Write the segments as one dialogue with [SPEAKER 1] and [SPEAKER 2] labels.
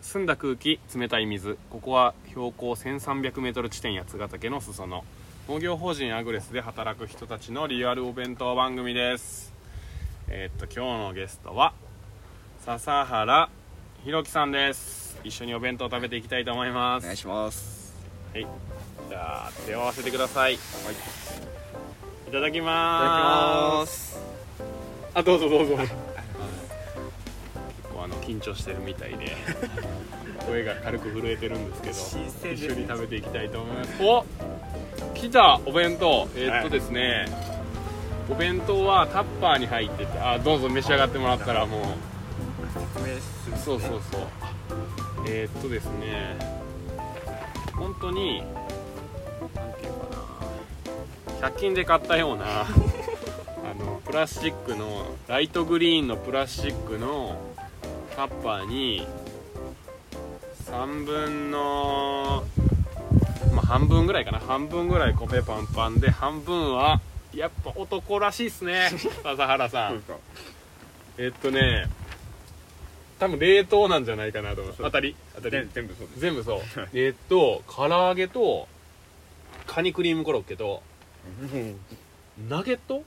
[SPEAKER 1] 澄んだ空気冷たい水ここは標高 1300m 地点八ヶ岳の裾野農業法人アグレスで働く人たちのリアルお弁当番組ですえーっと今日のゲストは笹原弘樹さんです一緒にお弁当を食べていきたいと思いま
[SPEAKER 2] お願い
[SPEAKER 1] す
[SPEAKER 2] します
[SPEAKER 1] はいじゃあ手を合わせてください、い、ただき
[SPEAKER 2] いただき
[SPEAKER 1] ま
[SPEAKER 2] ますす
[SPEAKER 1] あどうぞどうぞ結構あの緊張してるみたい で声が軽く震えてるんですけど
[SPEAKER 2] 新鮮です
[SPEAKER 1] 一緒
[SPEAKER 2] ね
[SPEAKER 1] に食べていきたいと思いますお来たお弁当えーっ
[SPEAKER 2] は
[SPEAKER 1] と
[SPEAKER 2] い
[SPEAKER 1] ですね、お弁当はタッパーに入っててあどうぞ召し上がってもらったらもう
[SPEAKER 2] 説明する
[SPEAKER 1] そうそうそうえーっとですね本当になんていうかな100均で買ったようなあのプラスチックのライトグリーンのプラスチックのタッパーに3分の、まあ、半分ぐらいかな半分ぐらい米パンパンで半分はやっぱ男らしいっす ね笹原さん
[SPEAKER 2] か
[SPEAKER 1] えっとね多分冷凍なんじゃないかなと思う当たり当たり
[SPEAKER 2] 全部そうで
[SPEAKER 1] 全部そうえっと唐揚げとカニクリームコロッケと
[SPEAKER 2] うん
[SPEAKER 1] ナゲット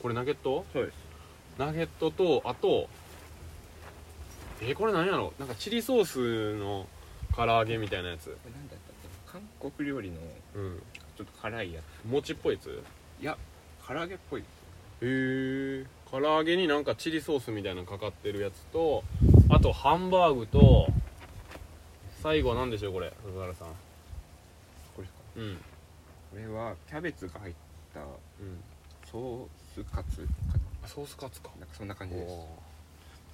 [SPEAKER 1] これナゲット
[SPEAKER 2] そうです
[SPEAKER 1] ナゲットとあとえーこれ何やろなんかチリソースの唐揚げみたいなやつ
[SPEAKER 2] これなんだったっけ韓国料理の
[SPEAKER 1] うん
[SPEAKER 2] ちょっと辛いや
[SPEAKER 1] 餅っぽいやつ
[SPEAKER 2] ついや唐揚げっぽい
[SPEAKER 1] へえ唐揚げになんかチリソースみたいなのかかってるやつとあとハンバーグと最後なんでしょうこれ野原さん
[SPEAKER 2] これですか
[SPEAKER 1] うん
[SPEAKER 2] これはキャベツが入った
[SPEAKER 1] うん
[SPEAKER 2] ソースカツ
[SPEAKER 1] あソースカツか
[SPEAKER 2] なんかそんな感じです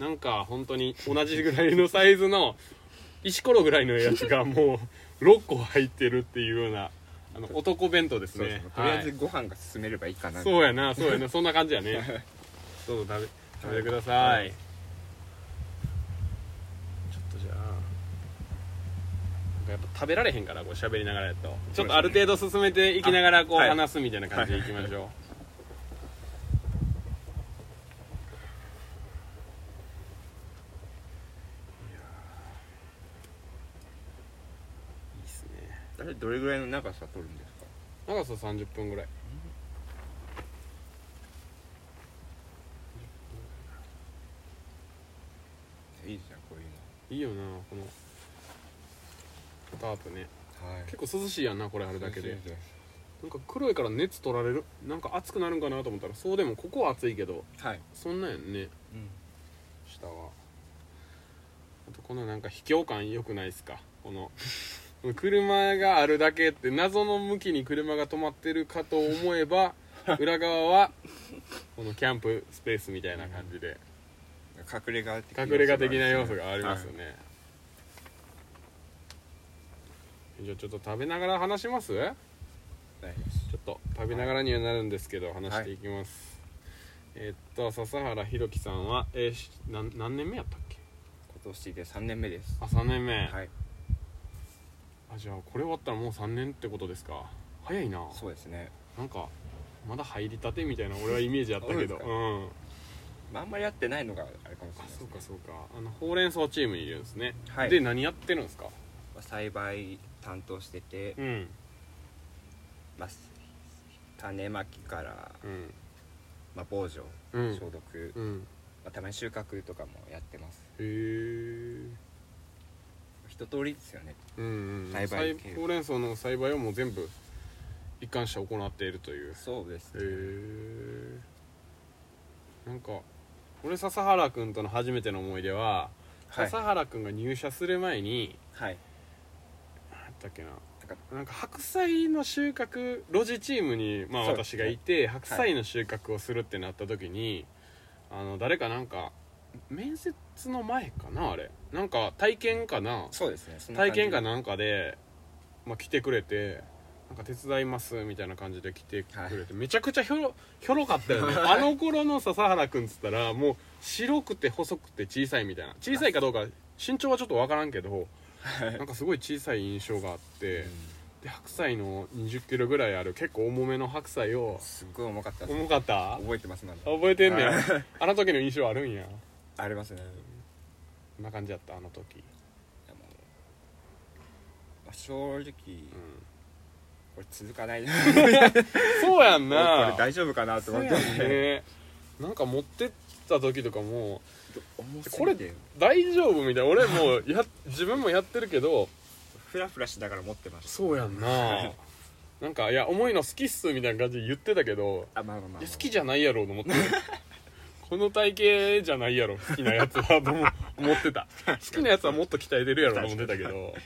[SPEAKER 1] なんか本当に同じぐらいのサイズの 石ころぐらいのやつがもう6個入ってるっていうようなあの男弁当です
[SPEAKER 2] そうです
[SPEAKER 1] ね
[SPEAKER 2] ねとりあえず
[SPEAKER 1] はい
[SPEAKER 2] ご飯が進めればいいかな
[SPEAKER 1] そうやなそうやなそんな感じやね どうぞ食べ食べてください、
[SPEAKER 2] はい
[SPEAKER 1] ちょっとじゃあなんかやっぱ食べられへんからこう喋りながらやとちょっとある程度進めていきながらこう
[SPEAKER 2] あはい
[SPEAKER 1] 話すみたいな感 じでいきましょう、いいっすね
[SPEAKER 2] 大体どれぐらいの長さ取るんですか
[SPEAKER 1] 長さ30分ぐらい
[SPEAKER 2] いいですねこういう
[SPEAKER 1] いいよなこのタープね
[SPEAKER 2] のはい
[SPEAKER 1] 結構涼しいやんなこれあれだけで
[SPEAKER 2] そうそう
[SPEAKER 1] なんか黒いから熱取られるなんか熱くなるんかなと思ったらそうでもここは暑いけど
[SPEAKER 2] そうはい
[SPEAKER 1] そんなんやんね
[SPEAKER 2] うん
[SPEAKER 1] 下はあとこのなんか卑怯感良くないっすかこのこの車があるだけって謎の向きに車が止まってるかと思えば裏側はこのキャンプスペースみたいな感じで
[SPEAKER 2] 隠れ家的な要素がある
[SPEAKER 1] 隠
[SPEAKER 2] んですね
[SPEAKER 1] れ家的な要素がありますよね、じゃあちょっと食べながら話します
[SPEAKER 2] はい大丈夫です
[SPEAKER 1] ちょっと食べながらにはなるんですけど、話していきます、えーっと笹原宏樹さんは、えーしなん何年目やったっけ
[SPEAKER 2] 今年で3年目です
[SPEAKER 1] あ3年目、
[SPEAKER 2] はい
[SPEAKER 1] あじゃあこれ終わったらもう3年ってことですか早いな
[SPEAKER 2] そうですね
[SPEAKER 1] なんかまだ入りたてみたいな俺はイメージあったけど
[SPEAKER 2] そうですか
[SPEAKER 1] うん
[SPEAKER 2] まああんまりやってないのがあれかもしれ
[SPEAKER 1] あ
[SPEAKER 2] ないです
[SPEAKER 1] そう
[SPEAKER 2] ね
[SPEAKER 1] かそうかあのほうれん草チームにいるんですね、
[SPEAKER 2] はい
[SPEAKER 1] で何やってるんですか
[SPEAKER 2] まあ栽培担当してて、
[SPEAKER 1] うん
[SPEAKER 2] まあ、種まきから、
[SPEAKER 1] うん
[SPEAKER 2] まあ、防除
[SPEAKER 1] うん
[SPEAKER 2] 消毒、
[SPEAKER 1] うん
[SPEAKER 2] まあ、たまに収穫とかもやってます
[SPEAKER 1] へえ
[SPEAKER 2] 一通りですよね
[SPEAKER 1] うんうん
[SPEAKER 2] 栽培
[SPEAKER 1] 栽ほうれん草の栽培をもう全部一貫して行っているという
[SPEAKER 2] そうです
[SPEAKER 1] へ
[SPEAKER 2] ね、
[SPEAKER 1] えなんか俺笹原君との初めての思い出は、
[SPEAKER 2] はい
[SPEAKER 1] 笹原君が入社する前に
[SPEAKER 2] はい
[SPEAKER 1] 何やったっけな
[SPEAKER 2] なんか
[SPEAKER 1] なんか白菜の収穫路地チームに、まあ、
[SPEAKER 2] そうです
[SPEAKER 1] 私
[SPEAKER 2] ね
[SPEAKER 1] がいて、白菜の収穫をするってなった時に、あの誰かなんか面接の前かなあれなんか体験かな
[SPEAKER 2] そうですねそんな感
[SPEAKER 1] 体
[SPEAKER 2] じ
[SPEAKER 1] 験かなんかで、まあ、来てくれてなんか手伝いますみたいな感じで来てくれて、めちゃくちゃひょろひょろかったよねあの頃の笹原君っつったらもう白くて細くて小さいみたいな小さいかどうか身長はちょっとわからんけどなんかすごい小さい印象があって、
[SPEAKER 2] うん
[SPEAKER 1] で白菜の2 0キロぐらいある結構重めの白菜を
[SPEAKER 2] すっごい重かったです
[SPEAKER 1] 重かった
[SPEAKER 2] 覚えてますまだ
[SPEAKER 1] 覚えてんねや
[SPEAKER 2] はい
[SPEAKER 1] あの時の印象あるんや
[SPEAKER 2] ありますね
[SPEAKER 1] こんな感じやったあの時
[SPEAKER 2] いやもまあ正直
[SPEAKER 1] うん
[SPEAKER 2] これ続かないな
[SPEAKER 1] そうやん
[SPEAKER 2] こ れ
[SPEAKER 1] な
[SPEAKER 2] 大丈夫かなと思って
[SPEAKER 1] そうやんねなんか持ってった時とかも
[SPEAKER 2] 重すぎて
[SPEAKER 1] これう大丈夫みたいな俺 もうや自分もやってるけど
[SPEAKER 2] フラフラしながら持ってました
[SPEAKER 1] そうやんな なんかいや重いの好きっすみたいな感じで言ってたけど
[SPEAKER 2] あまあまあまあ
[SPEAKER 1] いや好きじゃないやろうと思って この体型じゃないやろ好きなやつはと思思ってた好きなやつはもっと鍛えてるやろと思ってたけどなんか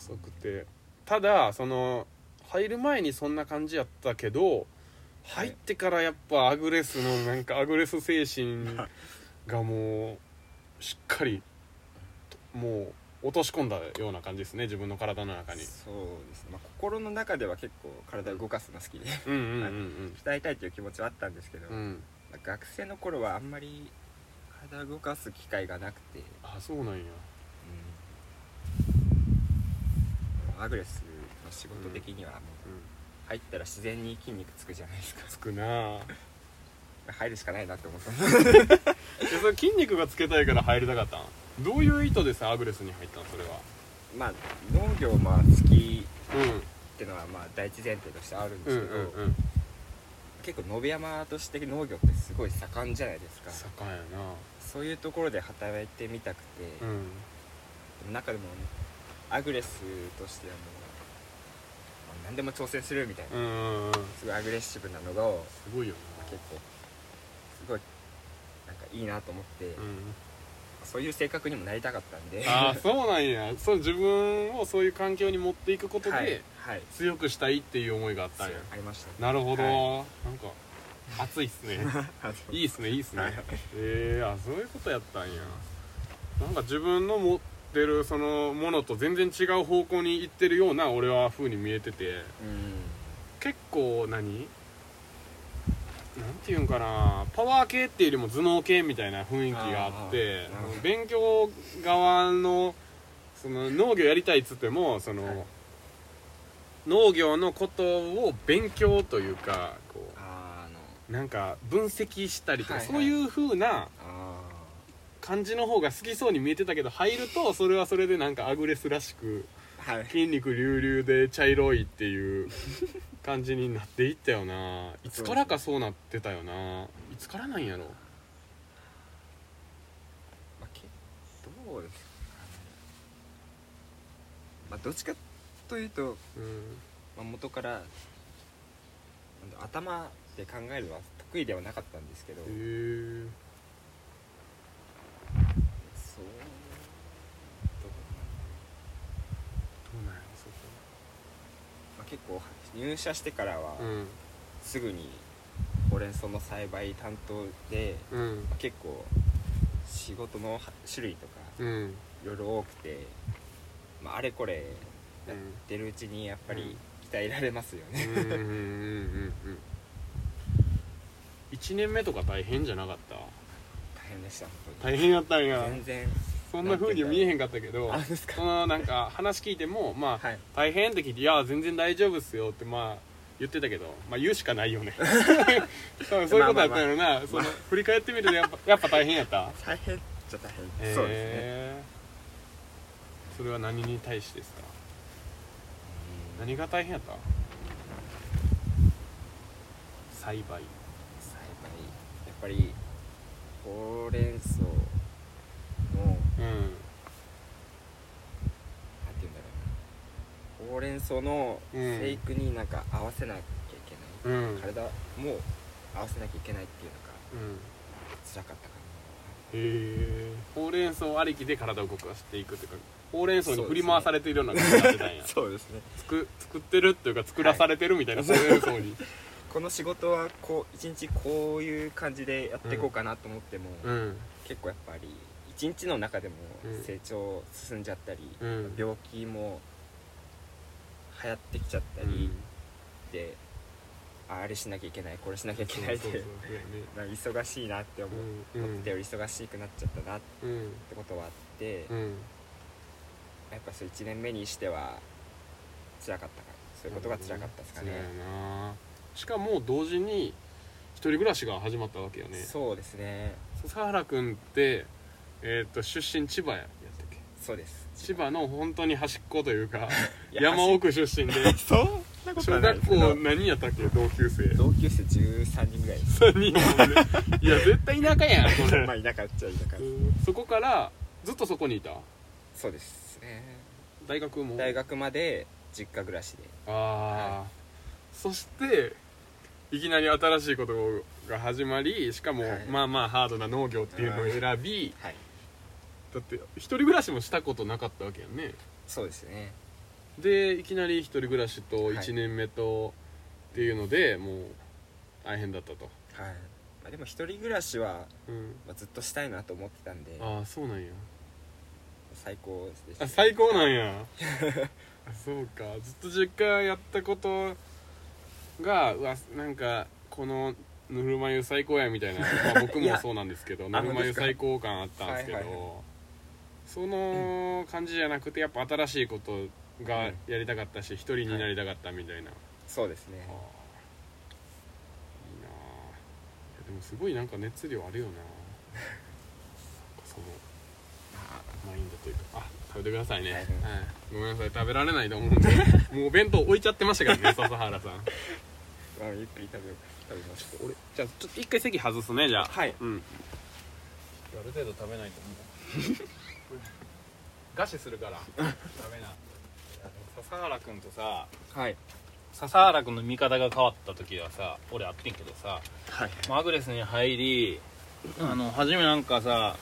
[SPEAKER 1] 遅くてただその入る前にそんな感じやったけど入ってからやっぱアグレスのなんかアグレス精神がもうしっかりもう落とし込んだような感じですね自分の体の 中に
[SPEAKER 2] そうですね、まあ、心の中では結構体を動かすの好きで
[SPEAKER 1] うんうんうん
[SPEAKER 2] 鍛えたいという気持ちはあったんですけど、
[SPEAKER 1] うんうん
[SPEAKER 2] まあ学生の頃はあんまり体を動かす機会がなくて、
[SPEAKER 1] あそうなんや
[SPEAKER 2] アグレスの仕事的にはも
[SPEAKER 1] う
[SPEAKER 2] う
[SPEAKER 1] ん
[SPEAKER 2] 入ったら自然に筋肉つくじゃないですか
[SPEAKER 1] つくなあ
[SPEAKER 2] 入るしかないなって思った
[SPEAKER 1] えそれ筋肉がつけたいから入りたかったんどういう意図でさアグレスに入ったんそれは
[SPEAKER 2] まあ農業まあ好き
[SPEAKER 1] う
[SPEAKER 2] ってのはまあ第一前提としてあるんで
[SPEAKER 1] んう
[SPEAKER 2] すけ
[SPEAKER 1] ん
[SPEAKER 2] ど、
[SPEAKER 1] うんうん
[SPEAKER 2] 結構野辺山として農業ってすごい盛んじゃないですか
[SPEAKER 1] 盛んや
[SPEAKER 2] そういうところで働いてみたくて、
[SPEAKER 1] なうん
[SPEAKER 2] 中でもアグレスとしてはもうもう何でも挑戦するみたいな、
[SPEAKER 1] うんうんうんす
[SPEAKER 2] すごいアグレッシブなのが
[SPEAKER 1] ごいよ
[SPEAKER 2] 結構すごいなんかいいなと思って、
[SPEAKER 1] な、うん、
[SPEAKER 2] そういう性格にもなりたかったんで
[SPEAKER 1] ああ そうなんやそう自分をそういう環境に持っていくこと
[SPEAKER 2] はい
[SPEAKER 1] で、
[SPEAKER 2] はい、
[SPEAKER 1] 強くしたいっていう思いがあったんや、
[SPEAKER 2] ありましたね
[SPEAKER 1] なるほど、
[SPEAKER 2] は
[SPEAKER 1] なんか熱いっす ねい
[SPEAKER 2] い
[SPEAKER 1] いっすねいいっすね
[SPEAKER 2] はい
[SPEAKER 1] えー、あそういうことやったんやなんか自分の持ってるそのものと全然違う方向に行ってるような俺は風に見えてて
[SPEAKER 2] うん
[SPEAKER 1] 結構何なんていうんかなパワー系っていうよりも頭脳系みたいな雰囲気があって
[SPEAKER 2] あーなるほど
[SPEAKER 1] 勉強側のその農業やりたいっつってもその、
[SPEAKER 2] はい
[SPEAKER 1] 農業のことを勉強というかこ
[SPEAKER 2] あーあの
[SPEAKER 1] うなんか分析したりとか、
[SPEAKER 2] はいはい
[SPEAKER 1] そういう風な
[SPEAKER 2] あ
[SPEAKER 1] 感じの方が好きそうに見えてたけど入るとそれはそれでなんかアグレスらしく
[SPEAKER 2] ーはい
[SPEAKER 1] 筋肉隆々で茶色いっていう感じになっていったよないつからかそうなってたよないつからなんやろ
[SPEAKER 2] まあ、けどうですかねまあどっちかというと、
[SPEAKER 1] うん
[SPEAKER 2] まあ、元からなんだ頭で考えるのは得意ではなかったんですけど、
[SPEAKER 1] へえ
[SPEAKER 2] そうどう
[SPEAKER 1] どうなんやろそ
[SPEAKER 2] まあ、結構入社してからは
[SPEAKER 1] こうん
[SPEAKER 2] すぐにほうれん草の栽培担当で、
[SPEAKER 1] うん
[SPEAKER 2] まあ結構仕事の種類とか
[SPEAKER 1] うん
[SPEAKER 2] いろいろ多くて、まあ、あれこれやってるうちにやっぱ
[SPEAKER 1] うん
[SPEAKER 2] り鍛えられますよね、
[SPEAKER 1] うんうんうんうんうん1年目とか大変じゃなかった
[SPEAKER 2] 大変でした本当に
[SPEAKER 1] 大変やったんや
[SPEAKER 2] 全然
[SPEAKER 1] そんな風に見えへんかったけど
[SPEAKER 2] あです
[SPEAKER 1] そのなんか話聞いてもまあ
[SPEAKER 2] はい
[SPEAKER 1] 大変って聞いて「いや全然大丈夫っすよ」ってまあ言ってたけどまあ言うしかない よね多分そういうことだったよな、その振り返ってみるとやっ ぱやっぱ大変やった
[SPEAKER 2] 大変っちゃ大変、
[SPEAKER 1] へ
[SPEAKER 2] そうですね
[SPEAKER 1] えそれは何に対してですか
[SPEAKER 2] うん
[SPEAKER 1] 何が大変やった栽培
[SPEAKER 2] 栽培やっぱりほうれん草の
[SPEAKER 1] うん
[SPEAKER 2] なんて言うんだろうなほうれん草の
[SPEAKER 1] うん
[SPEAKER 2] 生育になんか合わせなきゃいけ
[SPEAKER 1] う
[SPEAKER 2] ない、
[SPEAKER 1] ん
[SPEAKER 2] 体も合わせなきゃいけないっていうのが
[SPEAKER 1] うん
[SPEAKER 2] 辛かったか
[SPEAKER 1] へえほうれん草ありきで体を動かしていくっていうかほうれん草に振り回されているような感じになってたんや、
[SPEAKER 2] な そうですね
[SPEAKER 1] 作作ってるっていうか作らされてるみたいな、ほうれん草に
[SPEAKER 2] この仕事はこう一日こういう感じでやっていこうかなと思っても、
[SPEAKER 1] うん
[SPEAKER 2] 結構やっぱり一日の中でも
[SPEAKER 1] うん
[SPEAKER 2] 成長進んじゃったり、
[SPEAKER 1] うん
[SPEAKER 2] 病気も流行ってきちゃったりで、ああれしなきゃいけないこれしなきゃいけない
[SPEAKER 1] そうそう
[SPEAKER 2] で
[SPEAKER 1] そうそうやね
[SPEAKER 2] なんか忙しいなって思う
[SPEAKER 1] うん
[SPEAKER 2] 思ってたより忙しくなっちゃったなっ
[SPEAKER 1] うん
[SPEAKER 2] てことはあって、
[SPEAKER 1] うん
[SPEAKER 2] やっぱそう1年目にしては辛かったかそういうことが辛かったですかね
[SPEAKER 1] そうやなしかも同時に一人暮らしが始まったわけよね
[SPEAKER 2] そうですね
[SPEAKER 1] 笹原君ってえっ、と出身千葉ややったっけ
[SPEAKER 2] そうです
[SPEAKER 1] 千葉の本当に端っこというか
[SPEAKER 2] いや
[SPEAKER 1] 山奥出身で
[SPEAKER 2] そんなこと
[SPEAKER 1] 小
[SPEAKER 2] はない
[SPEAKER 1] 学
[SPEAKER 2] です
[SPEAKER 1] 校
[SPEAKER 2] けど
[SPEAKER 1] 何やったっけ同級生
[SPEAKER 2] 同級生13人ぐらいです
[SPEAKER 1] 3人もねいや絶対田舎やんこれ
[SPEAKER 2] まあいなかったいなかっ
[SPEAKER 1] そこからずっとそこにいた
[SPEAKER 2] そうですね
[SPEAKER 1] 大学も
[SPEAKER 2] 大学まで実家暮らしで
[SPEAKER 1] ああ、そしていきなり新しいことが始まりしかも、
[SPEAKER 2] はい
[SPEAKER 1] まあまあハードな農業っていうのを選び
[SPEAKER 2] はい
[SPEAKER 1] だって一人暮らしもしたことなかったわけやんね
[SPEAKER 2] そうですね
[SPEAKER 1] でいきなり一人暮らしと
[SPEAKER 2] はい
[SPEAKER 1] 1年目と、っていうのでもう大変だったと、
[SPEAKER 2] はい、まあ、でも一人暮らしは、
[SPEAKER 1] うん、
[SPEAKER 2] まあ、ずっとしたいなと思ってたんで
[SPEAKER 1] ああそうなんや
[SPEAKER 2] 最高でした
[SPEAKER 1] あ最高なんや あそうかずっと実家やったことがうわなんかこのぬるま湯最高やみ たいな、まあ、僕
[SPEAKER 2] い
[SPEAKER 1] も
[SPEAKER 2] や
[SPEAKER 1] そうなんですけどぬ
[SPEAKER 2] あ
[SPEAKER 1] るま湯
[SPEAKER 2] 本当ですか
[SPEAKER 1] 最高感あったんですけど、
[SPEAKER 2] はいはいはい
[SPEAKER 1] その感じじゃなくてやっぱ新しいことが
[SPEAKER 2] うん
[SPEAKER 1] やりたかったし一人になりたかったみたいな、
[SPEAKER 2] そうですね
[SPEAKER 1] ああいいなあいやでもすごいなんか熱量あるよなそのマインドというかあ食べてくださいね、
[SPEAKER 2] はい
[SPEAKER 1] はいごめんなさい食べられないと思うん でもうお弁当置いちゃってました からね笹原さん
[SPEAKER 2] まあゆっくり食べよう食べましょう
[SPEAKER 1] じゃあちょっと一回席外すねじゃあ
[SPEAKER 2] はい
[SPEAKER 1] うんある程度食べないと思う餓死するから食べないやでも笹原君とさ
[SPEAKER 2] はい
[SPEAKER 1] 笹原君の見方が変わった時はさ俺あってんけどさ
[SPEAKER 2] はい
[SPEAKER 1] マグレスに入りあの初めなんかさ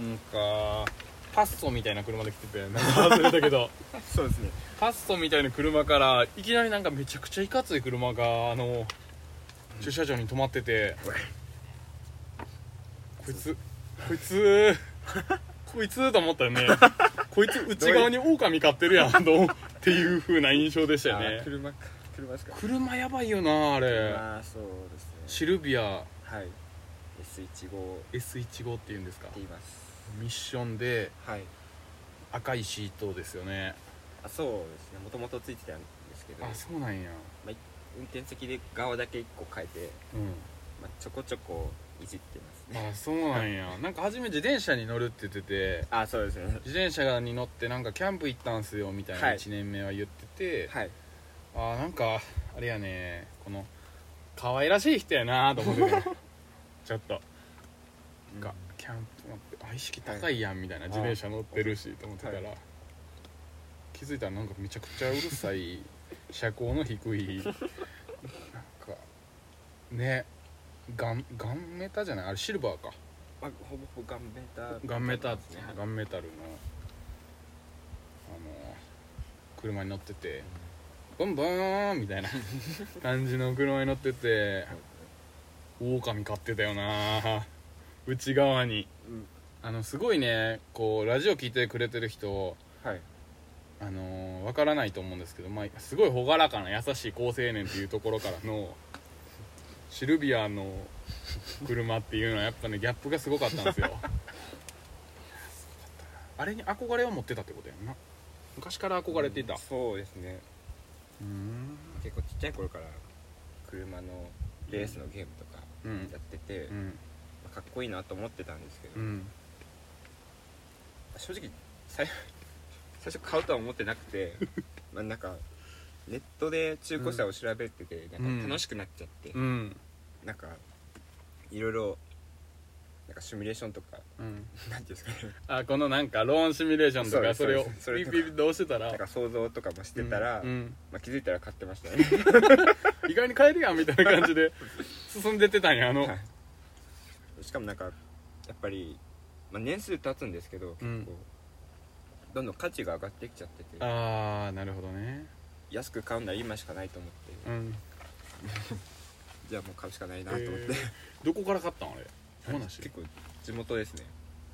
[SPEAKER 1] なんかパッソみたいな車で来てたよねなんか忘れたけど
[SPEAKER 2] そうですね
[SPEAKER 1] パッソみたいな車からいきなりなんかめちゃくちゃいかつい車があの駐車場に止まってて、こいつこいつこいつと思ったよねこいつ内側に狼飼ってるやんと思うっていう風な印象でしたよね
[SPEAKER 2] あ車か車ですか
[SPEAKER 1] 車やばいよなあれ
[SPEAKER 2] まあそうですね
[SPEAKER 1] シルビア
[SPEAKER 2] はい S15 っ
[SPEAKER 1] S15 っていうんですか
[SPEAKER 2] て言います
[SPEAKER 1] ミッションで
[SPEAKER 2] はい
[SPEAKER 1] 赤いシートですよね
[SPEAKER 2] あそうですねもともとついてたんですけど
[SPEAKER 1] あそうなんや
[SPEAKER 2] 運転席で側だけ1個変えて、
[SPEAKER 1] う
[SPEAKER 2] まあ、ちょこちょこいじってますね
[SPEAKER 1] んあそうなんや なんか初め自転車に乗るって言ってて
[SPEAKER 2] あそうですね
[SPEAKER 1] 自転車に乗ってなんかキャンプ行ったんすよみたいな
[SPEAKER 2] はい
[SPEAKER 1] 1年目は言ってて、
[SPEAKER 2] はい
[SPEAKER 1] あーなんかあれやねこの可愛らしい人やなと思って てちょっとがキャンプ待ってあ意識高いやんみたいな、
[SPEAKER 2] はい
[SPEAKER 1] 自転車乗ってるしと思ってたら、
[SPEAKER 2] は
[SPEAKER 1] 気づいたらなんかめちゃくちゃうるさい車高の低いなんかねガンガンメタじゃないあれシルバーか
[SPEAKER 2] まあ、ほぼほぼガンメタル
[SPEAKER 1] ガンメタ
[SPEAKER 2] ですね
[SPEAKER 1] ガンメタルのあの車に乗っててボンボーンみ たいな感じの車に乗ってて狼飼ってたよな内側に
[SPEAKER 2] うん
[SPEAKER 1] あのすごいねこうラジオ聞いてくれてる人
[SPEAKER 2] はい
[SPEAKER 1] あのーわからないと思うんですけど、まあ、すごい朗らかな優しい好青年っていうところからのシルビアの車っていうのはやっぱねギャップがすごかったんですよあれに憧れを持ってたってことやんな昔から憧れていた
[SPEAKER 2] うんそうですね
[SPEAKER 1] うん
[SPEAKER 2] 結構ちっちゃい頃から車のレースのゲームとか
[SPEAKER 1] う
[SPEAKER 2] や
[SPEAKER 1] ん
[SPEAKER 2] ってて、
[SPEAKER 1] う
[SPEAKER 2] ま
[SPEAKER 1] ん
[SPEAKER 2] あかっこいいなと思ってたんですけど、
[SPEAKER 1] うん
[SPEAKER 2] 正直最 最初買うとは思ってなく てまあなんかネットで中古車を調べてて、なんか楽しくなっちゃって、
[SPEAKER 1] うん
[SPEAKER 2] なんかいろいろなんかシミュレーションとか
[SPEAKER 1] うん
[SPEAKER 2] なんていうんですかね
[SPEAKER 1] あこのなんかローンシミュレーションとかそ
[SPEAKER 2] そう
[SPEAKER 1] れ
[SPEAKER 2] で
[SPEAKER 1] を
[SPEAKER 2] すそう
[SPEAKER 1] ピ
[SPEAKER 2] です
[SPEAKER 1] ッピッピッと押してたら
[SPEAKER 2] なんか想像とかもしてたら、
[SPEAKER 1] うんうん
[SPEAKER 2] まあ、気づいたら買ってましたね
[SPEAKER 1] 意外に買えるやんみたいな感じで進んでってたんやあの
[SPEAKER 2] はいしかもなんかやっぱり、まあ、年数経つんですけど結構、
[SPEAKER 1] うん
[SPEAKER 2] どんどん価値が上がってきちゃってて
[SPEAKER 1] ああなるほどね
[SPEAKER 2] 安く買うなら今しかないと思って
[SPEAKER 1] うん
[SPEAKER 2] じゃあもう買うしかないなと思って、
[SPEAKER 1] えーどこから買ったんあれ山梨
[SPEAKER 2] 結構地元ですね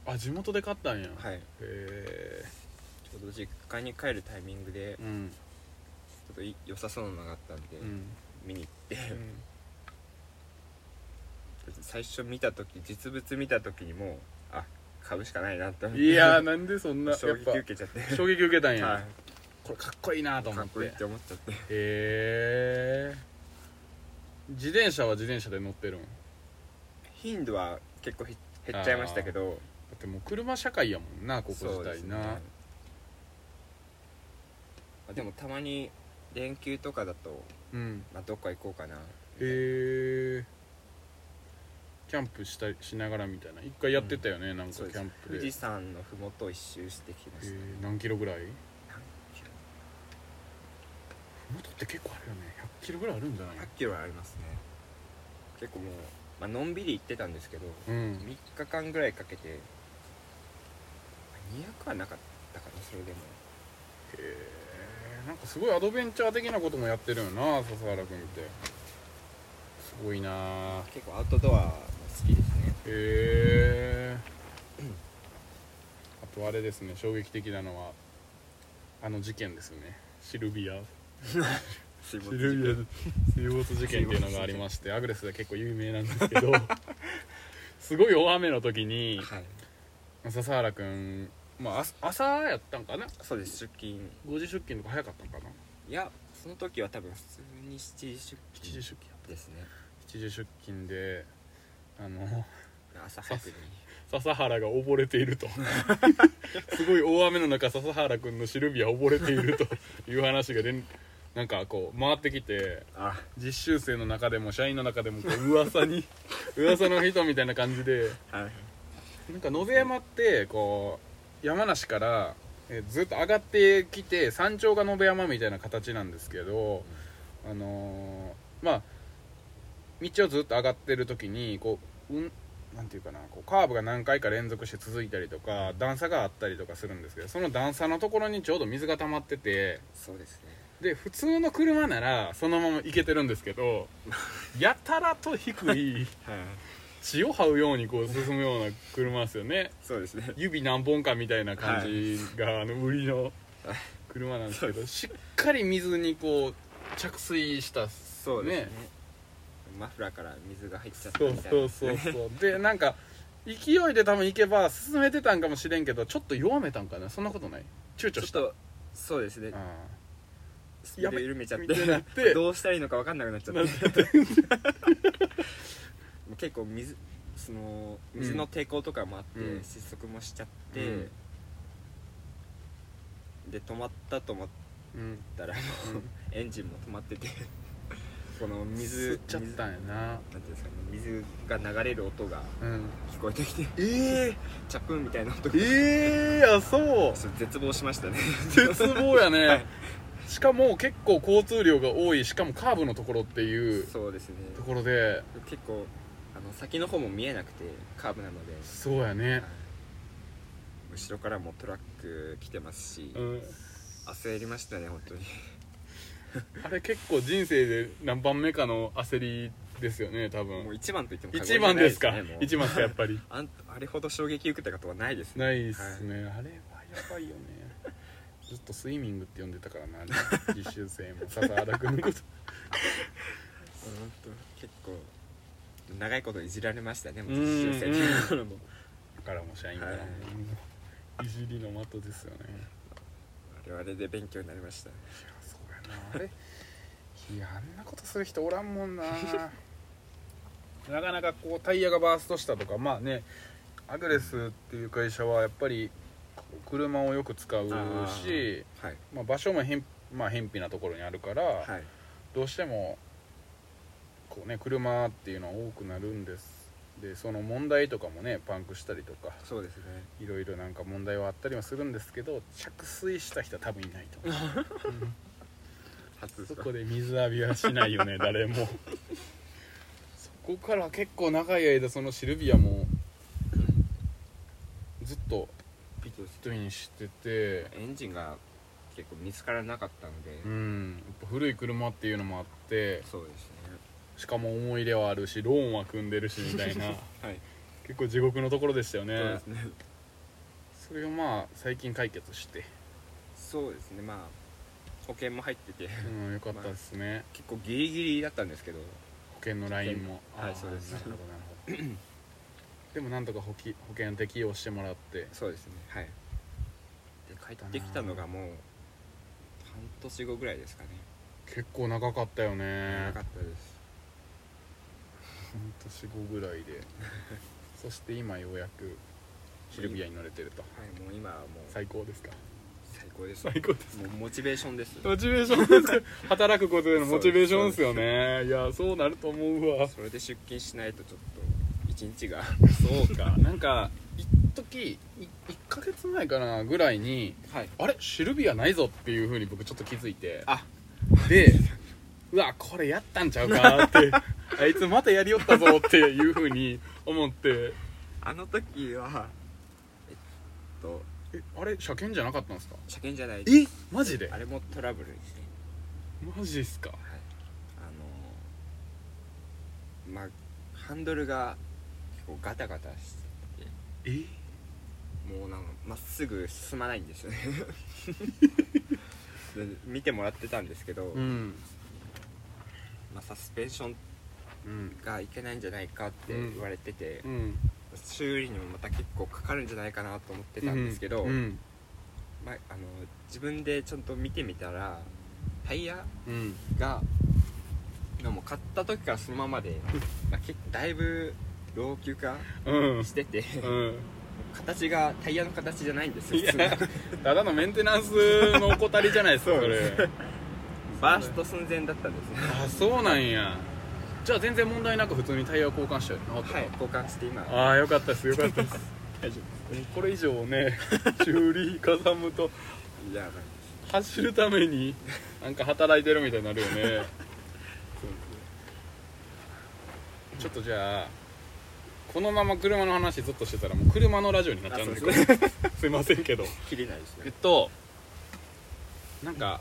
[SPEAKER 1] あ地元で買ったんやへ
[SPEAKER 2] はい
[SPEAKER 1] え
[SPEAKER 2] ちょうど実家に帰るタイミングでち
[SPEAKER 1] うん
[SPEAKER 2] ょっとい良さそうなのがあったんで、
[SPEAKER 1] うん
[SPEAKER 2] 見に行って、最初見た時実物見た時にもうあ買うしかないなって思って
[SPEAKER 1] いやー なんでそんなやっぱ
[SPEAKER 2] 衝撃受けちゃって
[SPEAKER 1] 衝撃受けたん
[SPEAKER 2] はい
[SPEAKER 1] やこれかっこいいなと思
[SPEAKER 2] かっ
[SPEAKER 1] っ
[SPEAKER 2] こいい
[SPEAKER 1] て
[SPEAKER 2] って思っちゃって
[SPEAKER 1] へえ自転車は自転車で乗ってるんだ
[SPEAKER 2] 頻度は結構へ減っちゃいましたけど
[SPEAKER 1] ってってもう車社会やもんなここ
[SPEAKER 2] そ
[SPEAKER 1] 自
[SPEAKER 2] うです
[SPEAKER 1] 体な、
[SPEAKER 2] ねまあでもたまに連休とかだと、
[SPEAKER 1] うん
[SPEAKER 2] まあ、どっか行こうかな
[SPEAKER 1] へえキャンプしたりしながらみたいな一回やってたよね、なんかキ
[SPEAKER 2] そうです
[SPEAKER 1] ャンプ
[SPEAKER 2] 富
[SPEAKER 1] で
[SPEAKER 2] 士山のふもとを一周してきま
[SPEAKER 1] え
[SPEAKER 2] した、
[SPEAKER 1] ー何キロぐらい
[SPEAKER 2] 何キロ
[SPEAKER 1] 元って結構あるよね100キロぐらいあるんじゃない
[SPEAKER 2] 100キロはありますね結構もう、まあのんびり行ってたんですけど
[SPEAKER 1] うん
[SPEAKER 2] 3日間ぐらいかけて200はなかったかなそれでも
[SPEAKER 1] へえなんかすごいアドベンチャー的なこともやってるよな笹原君ってすごいなへ
[SPEAKER 2] 結構アウトドアも好きですね
[SPEAKER 1] えあとあれですね衝撃的なのはあの事件ですねシルビア
[SPEAKER 2] 水
[SPEAKER 1] シルビア水没事件っていうのがありましてアグレスで結構有名なんですけ どすごい大雨の時に
[SPEAKER 2] はい
[SPEAKER 1] 笹原君まあ朝朝やったんかな
[SPEAKER 2] そうです出勤
[SPEAKER 1] 5時出勤とか早かったんかない
[SPEAKER 2] やその時は多分普通に7時出
[SPEAKER 1] 7時
[SPEAKER 2] 勤
[SPEAKER 1] 出勤やっ
[SPEAKER 2] ですね
[SPEAKER 1] た7時出勤であの
[SPEAKER 2] 朝早くに
[SPEAKER 1] 笹原が溺れているとすごい大雨の中笹原君のシルビア溺れているという話が連なんかこう回ってきて
[SPEAKER 2] あ
[SPEAKER 1] 実習生の中でも社員の中でもこう噂に噂の人みたいな感じで
[SPEAKER 2] はい
[SPEAKER 1] なんか野辺山ってこう山梨からえずっと上がってきて山頂が野辺山みたいな形なんですけど、あのーまあ道をずっと上がってる時にこう、うん、なんていうかなこうカーブが何回か連続して続いたりとか段差があったりとかするんですけどその段差のところにちょうど水が溜まってて
[SPEAKER 2] そうですね
[SPEAKER 1] で普通の車ならそのまま行けてるんですけどやたらと低い
[SPEAKER 2] はい
[SPEAKER 1] 血を這うようにこう進むような車ですよね。
[SPEAKER 2] そうですね
[SPEAKER 1] 指何本かみたいな感じが、あの売り の車なんですけ
[SPEAKER 2] そう
[SPEAKER 1] ど
[SPEAKER 2] で
[SPEAKER 1] しっかり水にこう着水した
[SPEAKER 2] そうですねマフラーから水が入っちゃった
[SPEAKER 1] そ
[SPEAKER 2] み
[SPEAKER 1] う
[SPEAKER 2] たいな
[SPEAKER 1] そうそうそうでなんか勢いで多分行けば進めてたんかもしれんけどちょっと弱めたんかなそんなことない躊躇
[SPEAKER 2] ちょっ
[SPEAKER 1] した
[SPEAKER 2] とそうですねスピード緩めちゃっ
[SPEAKER 1] やべみたいになって
[SPEAKER 2] て どうしたらいいのか分かんなくなっちゃって 結構水その
[SPEAKER 1] うん
[SPEAKER 2] 水の抵抗とかもあって、
[SPEAKER 1] うん
[SPEAKER 2] 失速もしちゃって、
[SPEAKER 1] うん
[SPEAKER 2] で止まったと思っ
[SPEAKER 1] うん、 うん
[SPEAKER 2] たらもう、エンジンも止まって てこの
[SPEAKER 1] 吸
[SPEAKER 2] 水
[SPEAKER 1] っちゃったんやな
[SPEAKER 2] 水なんていうんですかね水が流れる音が
[SPEAKER 1] うん
[SPEAKER 2] 聞こえてきて
[SPEAKER 1] え
[SPEAKER 2] チャプンみたいな音
[SPEAKER 1] え
[SPEAKER 2] が
[SPEAKER 1] ええあそう
[SPEAKER 2] ちょっと絶望しましたね
[SPEAKER 1] 絶望やね、
[SPEAKER 2] はい
[SPEAKER 1] しかも結構交通量が多いしかもカーブのところっていう
[SPEAKER 2] そうですね
[SPEAKER 1] ところで
[SPEAKER 2] 結構あの先の方も見えなくてカーブなので
[SPEAKER 1] そうやね
[SPEAKER 2] 後ろからもトラック来てますし、
[SPEAKER 1] うん
[SPEAKER 2] 焦りましたね本当に
[SPEAKER 1] あれ結構人生で何番目かの焦りですよね多
[SPEAKER 2] もう
[SPEAKER 1] 分
[SPEAKER 2] 一番と言っても過言じ
[SPEAKER 1] 一
[SPEAKER 2] ゃな
[SPEAKER 1] 番
[SPEAKER 2] い
[SPEAKER 1] ですか
[SPEAKER 2] ねもう
[SPEAKER 1] 一番ですかやっぱ り
[SPEAKER 2] あんあれほど衝撃受けたことはないですね
[SPEAKER 1] ないっすね、あれはやばいよねずっとスイミングって呼んでたからなあれ実習生も 笹原君のこと
[SPEAKER 2] 本当結構長いこといじられましたねもう
[SPEAKER 1] うん
[SPEAKER 2] 実習生の頃も
[SPEAKER 1] だからも社員からも、
[SPEAKER 2] はい
[SPEAKER 1] い、じりの的ですよね
[SPEAKER 2] 我々で勉強になりました
[SPEAKER 1] いやそうやなあれいやあんなことする人おらんもんな なかなかこうタイヤがバーストしたとかまあねアグレスっていう会社はやっぱり車をよく使う
[SPEAKER 2] あー
[SPEAKER 1] し
[SPEAKER 2] はい
[SPEAKER 1] まあ、場所もへん、まあ、偏僻なところにあるから、
[SPEAKER 2] はい
[SPEAKER 1] どうしてもこうね車っていうのは多くなるんですでその問題とかもねパンクしたりとか
[SPEAKER 2] そうですね
[SPEAKER 1] いろいろなんか問題はあったりはするんですけど着水した人は多分いないと思う
[SPEAKER 2] 初です
[SPEAKER 1] そ
[SPEAKER 2] か
[SPEAKER 1] こで水浴びはしない よね誰もそこから結構長い間そのシルビアもずっと
[SPEAKER 2] ピッとして
[SPEAKER 1] 一人にしてて
[SPEAKER 2] エンジンが結構見つからなかったので、
[SPEAKER 1] うんやっぱ古い車っていうのもあって
[SPEAKER 2] そうですね
[SPEAKER 1] しかも思い入れはあるしローンは組んでるしみたいな
[SPEAKER 2] はい
[SPEAKER 1] 結構地獄のところでしたよ
[SPEAKER 2] そう
[SPEAKER 1] ね
[SPEAKER 2] ですね
[SPEAKER 1] それをまあ最近解決して、
[SPEAKER 2] そうですねまあ保険も入ってて
[SPEAKER 1] うん、よかったですね、
[SPEAKER 2] 結構ギリギリだったんですけど
[SPEAKER 1] 保険のラインも
[SPEAKER 2] はい
[SPEAKER 1] あー
[SPEAKER 2] そうです
[SPEAKER 1] なるほどなるほどでもなんとか保険保険適用してもらって
[SPEAKER 2] そうですねはいで帰ってきたのがもう半年後ぐらいですかね
[SPEAKER 1] 結構長かったよね
[SPEAKER 2] なかったです
[SPEAKER 1] 半年後ぐらいでそして今ようやくシルビアに乗れてると
[SPEAKER 2] はいもう今はもう
[SPEAKER 1] 最高ですか
[SPEAKER 2] 最高ですも
[SPEAKER 1] 最高です
[SPEAKER 2] うモチベーションです
[SPEAKER 1] モチベーションです 働くことへのモチベーションですよねいやそうなると思うわ
[SPEAKER 2] それで出勤しないとちょっと一日が
[SPEAKER 1] そうか なんか一時い1ヶ月前かなぐらいに
[SPEAKER 2] はい
[SPEAKER 1] あれシルビアないぞっていうふうに僕ちょっと気づいて
[SPEAKER 2] あ
[SPEAKER 1] でうわこれやったんちゃうかって あいつまたやりよったぞっていうふうに思って
[SPEAKER 2] あの時はえっと
[SPEAKER 1] えあれ車検じゃなかったんですか
[SPEAKER 2] 車検じゃない
[SPEAKER 1] えマジで
[SPEAKER 2] あれもトラブルですね
[SPEAKER 1] マジっすか
[SPEAKER 2] はいあのまあハンドルが結構ガタガタして
[SPEAKER 1] え
[SPEAKER 2] もうなんかまっすぐ進まないんですよね で見てもらってたんですけど、
[SPEAKER 1] うん
[SPEAKER 2] まあ、サスペンション
[SPEAKER 1] うん
[SPEAKER 2] がいけないんじゃないかって言われてて、
[SPEAKER 1] うん
[SPEAKER 2] 修理にもまた結構かかるんじゃないかなと思ってたんですけど、
[SPEAKER 1] うん
[SPEAKER 2] まあ、あの自分でちゃんと見てみたらタイヤ
[SPEAKER 1] うん
[SPEAKER 2] がでも買った時からそのままで、まあ、結構だいぶ老朽化
[SPEAKER 1] うん
[SPEAKER 2] してて、
[SPEAKER 1] うん
[SPEAKER 2] 形がタイヤの形じゃないんですよ
[SPEAKER 1] い
[SPEAKER 2] 普通の
[SPEAKER 1] やただのメンテナンスの怠りじゃないですかそれ
[SPEAKER 2] バースト寸前だったんですね
[SPEAKER 1] あそうなんやじゃあ全然問題なく普通にタイヤ交換したよな
[SPEAKER 2] はい交換して今
[SPEAKER 1] ああよかったですよかったです
[SPEAKER 2] 大丈
[SPEAKER 1] これ以上ね修理かさむと
[SPEAKER 2] 夫いや
[SPEAKER 1] 走るためになんか働いてるみたいになるよねちょっとじゃあこのまま車の話ずっとしてたらもう車のラジオになっちゃうん ですけど すいませんけど
[SPEAKER 2] 切れないです
[SPEAKER 1] えっ
[SPEAKER 2] ね
[SPEAKER 1] となんか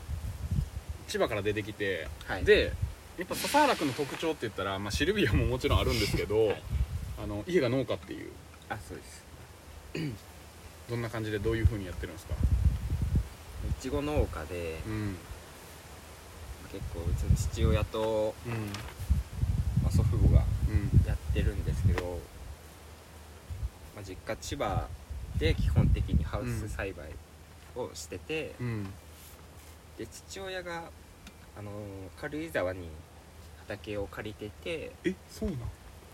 [SPEAKER 1] 千葉から出てきて、
[SPEAKER 2] はい
[SPEAKER 1] でやっぱ笹原君の特徴って言ったら、まあ、シルビアももちろんあるんですけど、あの家が農家っていう
[SPEAKER 2] あそうです
[SPEAKER 1] どんな感じでどういうふうにやってるんですか
[SPEAKER 2] いちご農家で
[SPEAKER 1] うん
[SPEAKER 2] 結構うちの父親と、
[SPEAKER 1] うん
[SPEAKER 2] まあ、祖父母が
[SPEAKER 1] うん
[SPEAKER 2] やってるんですけど、まあ、実家千葉で基本的にハウス栽培をしてて、
[SPEAKER 1] うん
[SPEAKER 2] で父親が、あのー軽井沢に畑を借りてて、
[SPEAKER 1] えそうなんへ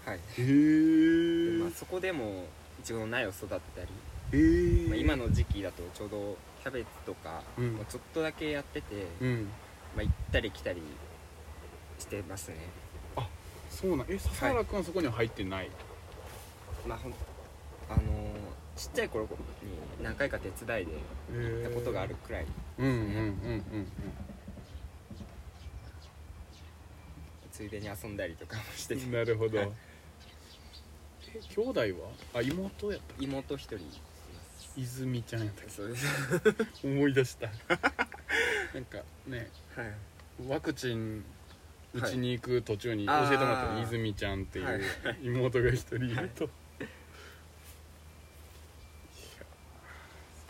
[SPEAKER 2] はい
[SPEAKER 1] え
[SPEAKER 2] でまあ、そこでもいちごの苗を育てたり、
[SPEAKER 1] えー
[SPEAKER 2] まあ、今の時期だとちょうどキャベツとか、
[SPEAKER 1] うん
[SPEAKER 2] まあちょっとだけやってて、
[SPEAKER 1] うん
[SPEAKER 2] まあ、行ったり来たりしてますね
[SPEAKER 1] そうなんえ笹原君はそこには入ってない、
[SPEAKER 2] まあほんあのーちっちゃい頃に何回か手伝いで
[SPEAKER 1] え
[SPEAKER 2] 行ったことがあるくらい、
[SPEAKER 1] うんうんうんうん
[SPEAKER 2] ついでに遊んだりとかもして
[SPEAKER 1] うん
[SPEAKER 2] て
[SPEAKER 1] なるほど、
[SPEAKER 2] はい
[SPEAKER 1] え兄弟はあ妹やった
[SPEAKER 2] 妹一人います
[SPEAKER 1] 泉ちゃんやったっ
[SPEAKER 2] そうです
[SPEAKER 1] け思い出 したなんかね
[SPEAKER 2] はい
[SPEAKER 1] ワクチン
[SPEAKER 2] は
[SPEAKER 1] 打
[SPEAKER 2] い
[SPEAKER 1] ちに行く途中に教えてもらった
[SPEAKER 2] あー
[SPEAKER 1] 泉ちゃんってい
[SPEAKER 2] はいう
[SPEAKER 1] 妹が一人いると、いや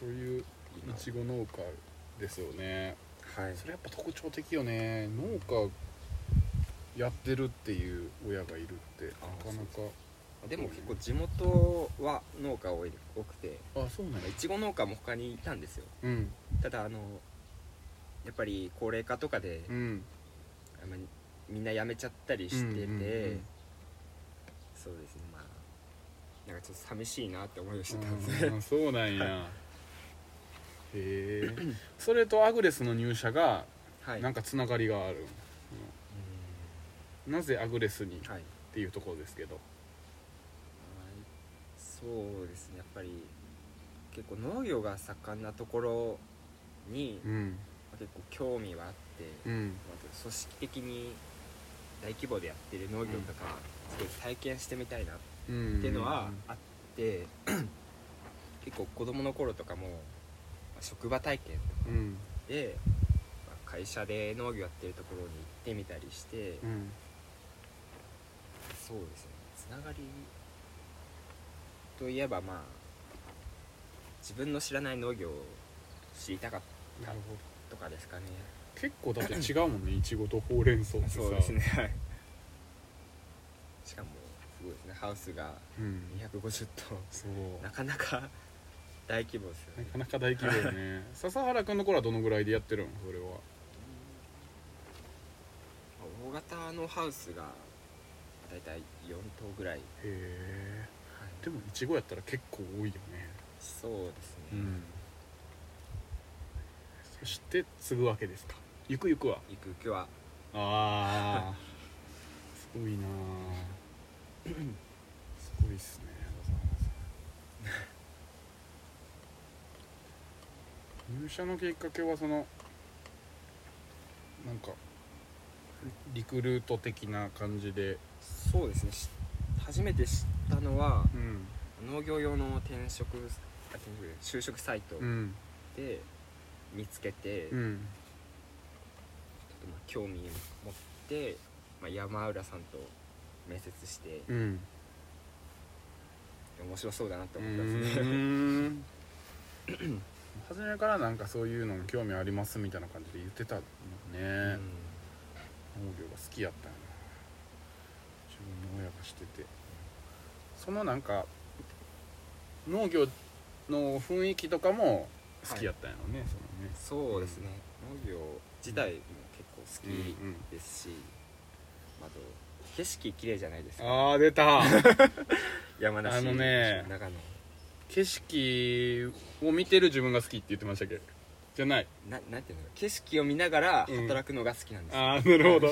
[SPEAKER 1] そういうい
[SPEAKER 2] 今
[SPEAKER 1] ちご農家ですよね
[SPEAKER 2] はい
[SPEAKER 1] それやっぱ特徴的よね農家やってるっていう親がいるってな
[SPEAKER 2] あ
[SPEAKER 1] かなか
[SPEAKER 2] でも結構地元は農家多い多くて
[SPEAKER 1] あそうなんや
[SPEAKER 2] いちご農家も他にいたんですよ
[SPEAKER 1] うん
[SPEAKER 2] ただあのやっぱり高齢化とかで、
[SPEAKER 1] うん
[SPEAKER 2] あんまりみんな辞めちゃったりしてて、
[SPEAKER 1] うんうんうん
[SPEAKER 2] そうですねまあなんかちょっと寂しいなって思いをしてたんですね
[SPEAKER 1] うんそうなんや、へえそれとアグレスの入社が
[SPEAKER 2] はい
[SPEAKER 1] なんかつながりがある、
[SPEAKER 2] う
[SPEAKER 1] なぜアグレスにっ
[SPEAKER 2] んはい
[SPEAKER 1] ていうところですけど
[SPEAKER 2] そうですねやっぱり結構農業が盛んなところに、
[SPEAKER 1] うん
[SPEAKER 2] 結構興味はあって、
[SPEAKER 1] うん
[SPEAKER 2] まあ組織的に大規模でやってる農業とか、すごい体験してみたいなっ
[SPEAKER 1] うん
[SPEAKER 2] ていうのはあって、 結構子供の頃とかも、まあ職場体験
[SPEAKER 1] うん
[SPEAKER 2] で、まあ会社で農業やってるところに行ってみたりして、
[SPEAKER 1] うん
[SPEAKER 2] そうですねつながりといえばまあ自分の知らない農業を知りたかっ
[SPEAKER 1] なるほ
[SPEAKER 2] たとかですかね
[SPEAKER 1] ど結構だって違うもんねいちごとほうれん草ってさ
[SPEAKER 2] ねはいしかもすごいですねハウスが
[SPEAKER 1] うん
[SPEAKER 2] 250棟
[SPEAKER 1] そう
[SPEAKER 2] なかなか大規模ですよ
[SPEAKER 1] な
[SPEAKER 2] ね
[SPEAKER 1] かなか大企業よ ね笹原君の頃はどのぐらいでやってるのそれは
[SPEAKER 2] 大型のハウスがだいたい4棟ぐらい、
[SPEAKER 1] へえ
[SPEAKER 2] はい
[SPEAKER 1] でもいちごやったら結構多いよね
[SPEAKER 2] そうですね、
[SPEAKER 1] そして継ぐわけですかゆくゆくは
[SPEAKER 2] ゆくゆくは
[SPEAKER 1] ああすごいなあすごいっすね入社のきっかけはそのなんかリクルート的な感じで、
[SPEAKER 2] そうですねし初めて知ったのは
[SPEAKER 1] うん
[SPEAKER 2] 農業用の転職あ転職じゃない就職サイト
[SPEAKER 1] うん
[SPEAKER 2] で見つけて、
[SPEAKER 1] う
[SPEAKER 2] ちょっ
[SPEAKER 1] ん、
[SPEAKER 2] とまあ興味持って、まあ、山浦さんと面接して
[SPEAKER 1] うん、
[SPEAKER 2] 面白そうだなと
[SPEAKER 1] う
[SPEAKER 2] 思ったんですね、
[SPEAKER 1] ーん初めからなんかそういうのに興味ありますみたいな感じで言ってたもんね、
[SPEAKER 2] うん
[SPEAKER 1] 農業が好きやったんやな自分の親がしててそのなんか農業の雰囲気とかも好きやったんやろね、そのね
[SPEAKER 2] そうですね農業自体も結構好き
[SPEAKER 1] うんうん
[SPEAKER 2] ですし、あと景色綺麗じゃないですか
[SPEAKER 1] ああ出た
[SPEAKER 2] 山梨
[SPEAKER 1] あのね
[SPEAKER 2] 長野
[SPEAKER 1] 景色を見てる自分が好きって言ってましたっけじゃない
[SPEAKER 2] ななんていうの景色を見ながら働くのが好きなんですよ、
[SPEAKER 1] ああなるほど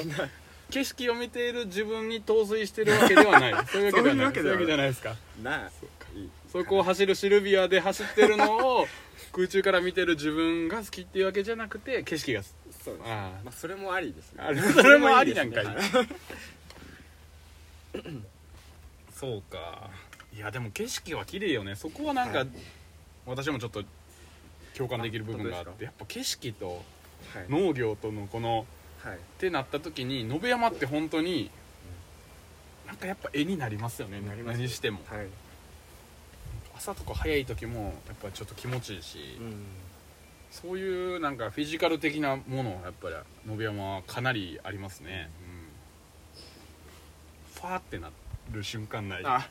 [SPEAKER 1] 景色を見ている自分に陶酔してるわけで はないそういうわけではない
[SPEAKER 2] そういう
[SPEAKER 1] そ
[SPEAKER 2] わけ
[SPEAKER 1] ういうわけ
[SPEAKER 2] ではない
[SPEAKER 1] じゃないですか
[SPEAKER 2] なあ
[SPEAKER 1] そうか
[SPEAKER 2] いい
[SPEAKER 1] そこを走るシルビアで走ってるのを空中から見てる自分が好きっていうわけじゃなくて景色がす
[SPEAKER 2] そうです
[SPEAKER 1] ああ
[SPEAKER 2] まあそれもありですね
[SPEAKER 1] あれそれもありなんかい
[SPEAKER 2] それもいいです
[SPEAKER 1] そうかいやでも景色は綺麗よねそこはなんか、
[SPEAKER 2] はい
[SPEAKER 1] 私もちょっと共感できる部分があっ
[SPEAKER 2] あ本当
[SPEAKER 1] てやっぱ景色と
[SPEAKER 2] ねはい
[SPEAKER 1] 農業とのこの
[SPEAKER 2] はい
[SPEAKER 1] ってなった時に野辺山って本当になんかやっぱ絵になりますよね
[SPEAKER 2] なります
[SPEAKER 1] 何しても
[SPEAKER 2] はい
[SPEAKER 1] 朝とか早い時もやっぱちょっと気持ちいいし、
[SPEAKER 2] うん
[SPEAKER 1] そういうなんかフィジカル的なものはやっぱり野辺山はかなりありますね、うん、ファーってなる瞬間ない
[SPEAKER 2] あ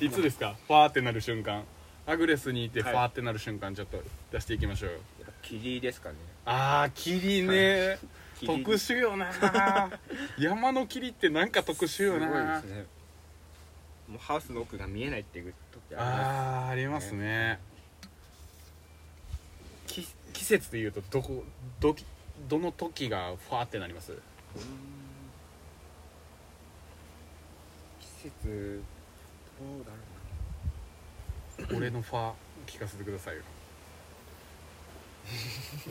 [SPEAKER 1] いつですかファーってなる瞬間アグレスにいてフ
[SPEAKER 2] は
[SPEAKER 1] ァ
[SPEAKER 2] い
[SPEAKER 1] ーってなる瞬間ちょっと出していきましょうよ、
[SPEAKER 2] やっぱ霧ですかね
[SPEAKER 1] ああ霧ね
[SPEAKER 2] 霧
[SPEAKER 1] 特殊よ な山の霧ってなんか特殊よな
[SPEAKER 2] すごいですねもうハウスの奥が見えないっていう時あ
[SPEAKER 1] ああありますねき季節でいうとどこどきどの時がファーってなり ます
[SPEAKER 2] ります季節どうだろ
[SPEAKER 1] 俺のファー聞かせてくだ さいよ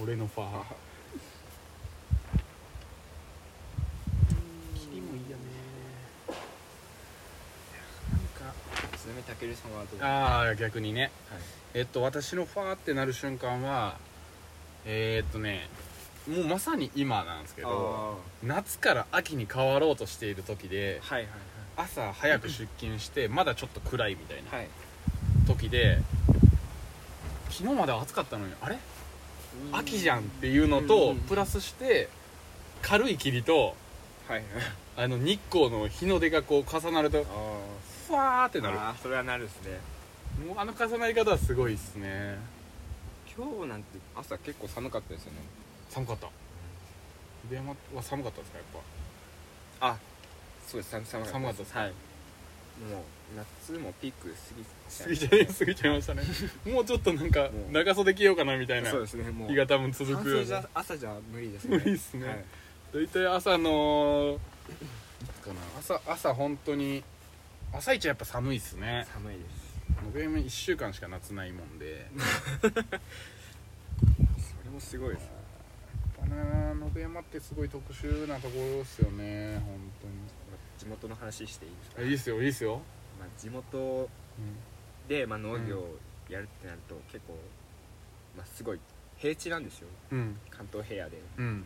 [SPEAKER 1] 俺のファー霧もいいよねなんか
[SPEAKER 2] うなちなみにたけるさんはどう
[SPEAKER 1] ああ逆にね
[SPEAKER 2] はい
[SPEAKER 1] えっと私のファーってなる瞬間はえーっとねもうまさに今なんですけど夏から秋に変わろうとしている時で
[SPEAKER 2] はいはい
[SPEAKER 1] 朝早く出勤してまだちょっと暗いみたいな
[SPEAKER 2] はいはい
[SPEAKER 1] 時で昨日まで暑かったのにあれ秋じゃんっていうの
[SPEAKER 2] う
[SPEAKER 1] と
[SPEAKER 2] ん
[SPEAKER 1] プラスして軽い霧と
[SPEAKER 2] はいはい
[SPEAKER 1] あの日光の日の出がこう重なると
[SPEAKER 2] ああ
[SPEAKER 1] ふわーってなる
[SPEAKER 2] ああそれはなるですね
[SPEAKER 1] もうあの重なり方はすごいっすね
[SPEAKER 2] 今日なんて朝結構寒かったですよね
[SPEAKER 1] 寒かった出山は寒かったですかやっ
[SPEAKER 2] あそうです寒寒
[SPEAKER 1] 寒かったですか
[SPEAKER 2] はいもう夏もピーク過ぎ
[SPEAKER 1] ぱ過ぎ
[SPEAKER 2] ち
[SPEAKER 1] ちゃ
[SPEAKER 2] い
[SPEAKER 1] い過ぎちゃいま したねもうちょっとなんか
[SPEAKER 2] もう
[SPEAKER 1] 長袖着ようかなみたいな
[SPEAKER 2] そうですねもう
[SPEAKER 1] 日が多分続
[SPEAKER 2] 半
[SPEAKER 1] くよ
[SPEAKER 2] 袖
[SPEAKER 1] う
[SPEAKER 2] じ
[SPEAKER 1] な
[SPEAKER 2] ゃ朝じゃ無理ですね
[SPEAKER 1] 無理っすね
[SPEAKER 2] はい
[SPEAKER 1] 大体朝のいつかな朝朝本当に朝一はやっぱ寒いっすね
[SPEAKER 2] 寒いで
[SPEAKER 1] 僕今1週間しか夏ないもんで
[SPEAKER 2] すそれもすごいです
[SPEAKER 1] やっぱな野辺山ってすごい特殊なところですよね本
[SPEAKER 2] 地元の話していいですか
[SPEAKER 1] 当にいいっすよいいっすよ、
[SPEAKER 2] まあ地元でまあ農業やるってなると結構まあすごい平地なんですよ
[SPEAKER 1] うんうん
[SPEAKER 2] 関東平野で
[SPEAKER 1] うん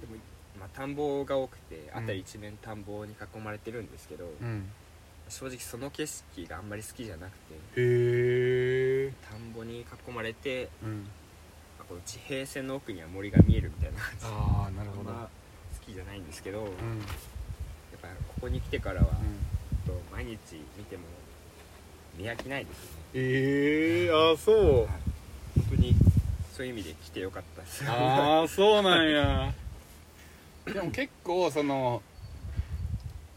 [SPEAKER 2] でも、まあ、田んぼが多くて
[SPEAKER 1] うん
[SPEAKER 2] 辺り一面田んぼに囲まれてるんですけど、
[SPEAKER 1] うん
[SPEAKER 2] 正直その景色があんまり好きじゃなくて
[SPEAKER 1] へえ
[SPEAKER 2] 田んぼに囲まれて、
[SPEAKER 1] うん
[SPEAKER 2] まあこの地平線の奥には森が見えるみたいな
[SPEAKER 1] ああなる
[SPEAKER 2] あんま好きじゃないんですけど、やっ
[SPEAKER 1] うん
[SPEAKER 2] ぱここに来てからは、と毎日見ても見飽きないですね
[SPEAKER 1] ええああそう
[SPEAKER 2] 本当にそういう意味で来てよかったです
[SPEAKER 1] ああそうなんやでも結構その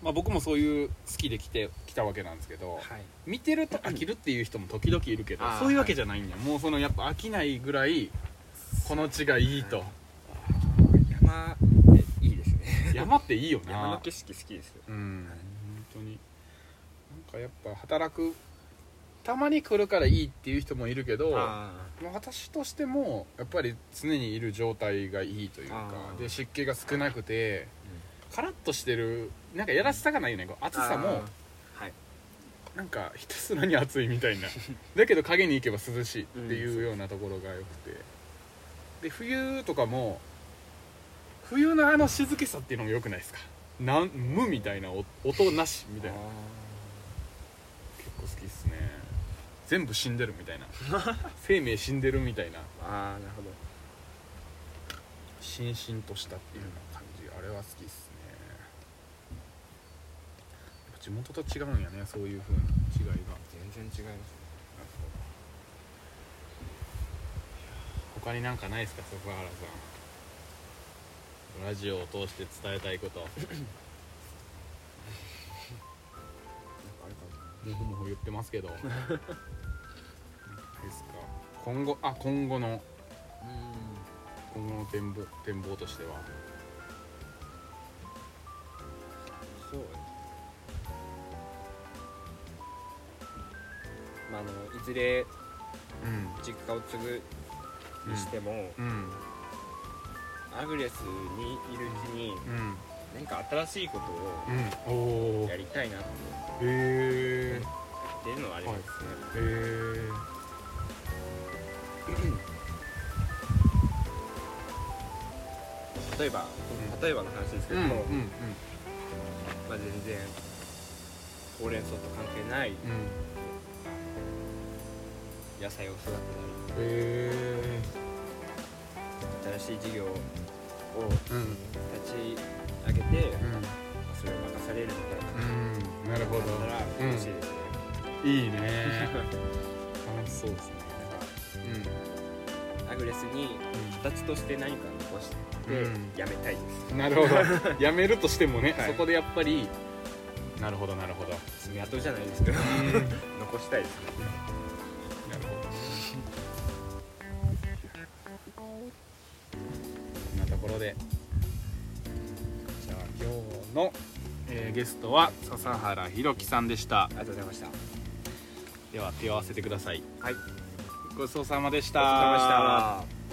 [SPEAKER 1] まあ、僕もそういう好きで来て来たわけなんですけど、
[SPEAKER 2] はい
[SPEAKER 1] 見てると飽きるっていう人も時々いるけど
[SPEAKER 2] あー
[SPEAKER 1] そういうわけじゃないんだよ、もうそのやっぱ飽きないぐらいこの地がいいと、
[SPEAKER 2] は山えいいですね
[SPEAKER 1] 山っていいよな
[SPEAKER 2] 山の景色好きですよ
[SPEAKER 1] うん本当になんかやっぱ働くたまに来るからいいっていう人もいるけど
[SPEAKER 2] あ
[SPEAKER 1] まあ私としてもやっぱり常にいる状態がいいというか
[SPEAKER 2] あー
[SPEAKER 1] で湿気が少なくてカラッとしてるなんかやらしさがないよねこう暑さも
[SPEAKER 2] あーはい
[SPEAKER 1] なんかひたすらに暑いみた いなだけど陰に行けば涼しいっていうようなところがよくてで冬とかも冬のあの静けさっていうのもよくないですかなん無みたいなお音なしみたいな結構好きっすね全部死んでるみ たいな生命死んでるみたいな
[SPEAKER 2] あーあーなるほど
[SPEAKER 1] しんしんとしたっていうような感じ、あれは好きっすねやっぱ地元と違うんやねそういう風な違いが
[SPEAKER 2] 全然違いますね
[SPEAKER 1] 他になんかないですか坂原さんラジオを通して伝えたいこと
[SPEAKER 2] なんかあれか
[SPEAKER 1] も
[SPEAKER 2] な
[SPEAKER 1] ほもほ言ってますけどないですか今後あ今後の
[SPEAKER 2] うん
[SPEAKER 1] 今後の展望展望としては
[SPEAKER 2] そうねまああのいずれ
[SPEAKER 1] うん
[SPEAKER 2] 実家を継ぐにしても、
[SPEAKER 1] うん
[SPEAKER 2] アグレスにいるうちに
[SPEAKER 1] うん
[SPEAKER 2] 何か新しいこと
[SPEAKER 1] うんおお
[SPEAKER 2] をや
[SPEAKER 1] へ
[SPEAKER 2] りたいなっ
[SPEAKER 1] え
[SPEAKER 2] ていうのはありますね、
[SPEAKER 1] へえ
[SPEAKER 2] 例えば
[SPEAKER 1] う
[SPEAKER 2] 例えばの話ですけ
[SPEAKER 1] う
[SPEAKER 2] ど
[SPEAKER 1] んうん
[SPEAKER 2] も、
[SPEAKER 1] うん
[SPEAKER 2] まあ、全然ほうれん草と関係ない
[SPEAKER 1] うん
[SPEAKER 2] 野菜を育て
[SPEAKER 1] へえ
[SPEAKER 2] たり新しい事業を
[SPEAKER 1] うん
[SPEAKER 2] 立ち上げて、
[SPEAKER 1] うん
[SPEAKER 2] まあそれを任されるみたいな
[SPEAKER 1] うんなるほど
[SPEAKER 2] だったら楽しいですね、
[SPEAKER 1] いい ね楽しそうですねうん
[SPEAKER 2] アグレスに形として何か残して
[SPEAKER 1] うん
[SPEAKER 2] やめたいです、
[SPEAKER 1] なるほどやめるとしてもね、
[SPEAKER 2] はい
[SPEAKER 1] そこでやっぱりなるほどなるほど
[SPEAKER 2] 爪痕じゃないですけど
[SPEAKER 1] なる
[SPEAKER 2] 残したいですね
[SPEAKER 1] ほどこんなところでじゃあ今日の、えーゲストは笹原宏樹さんでした
[SPEAKER 2] ありがとうございました
[SPEAKER 1] では手を合わせてください
[SPEAKER 2] はい
[SPEAKER 1] ごちそうさまでした
[SPEAKER 2] お疲れ様でした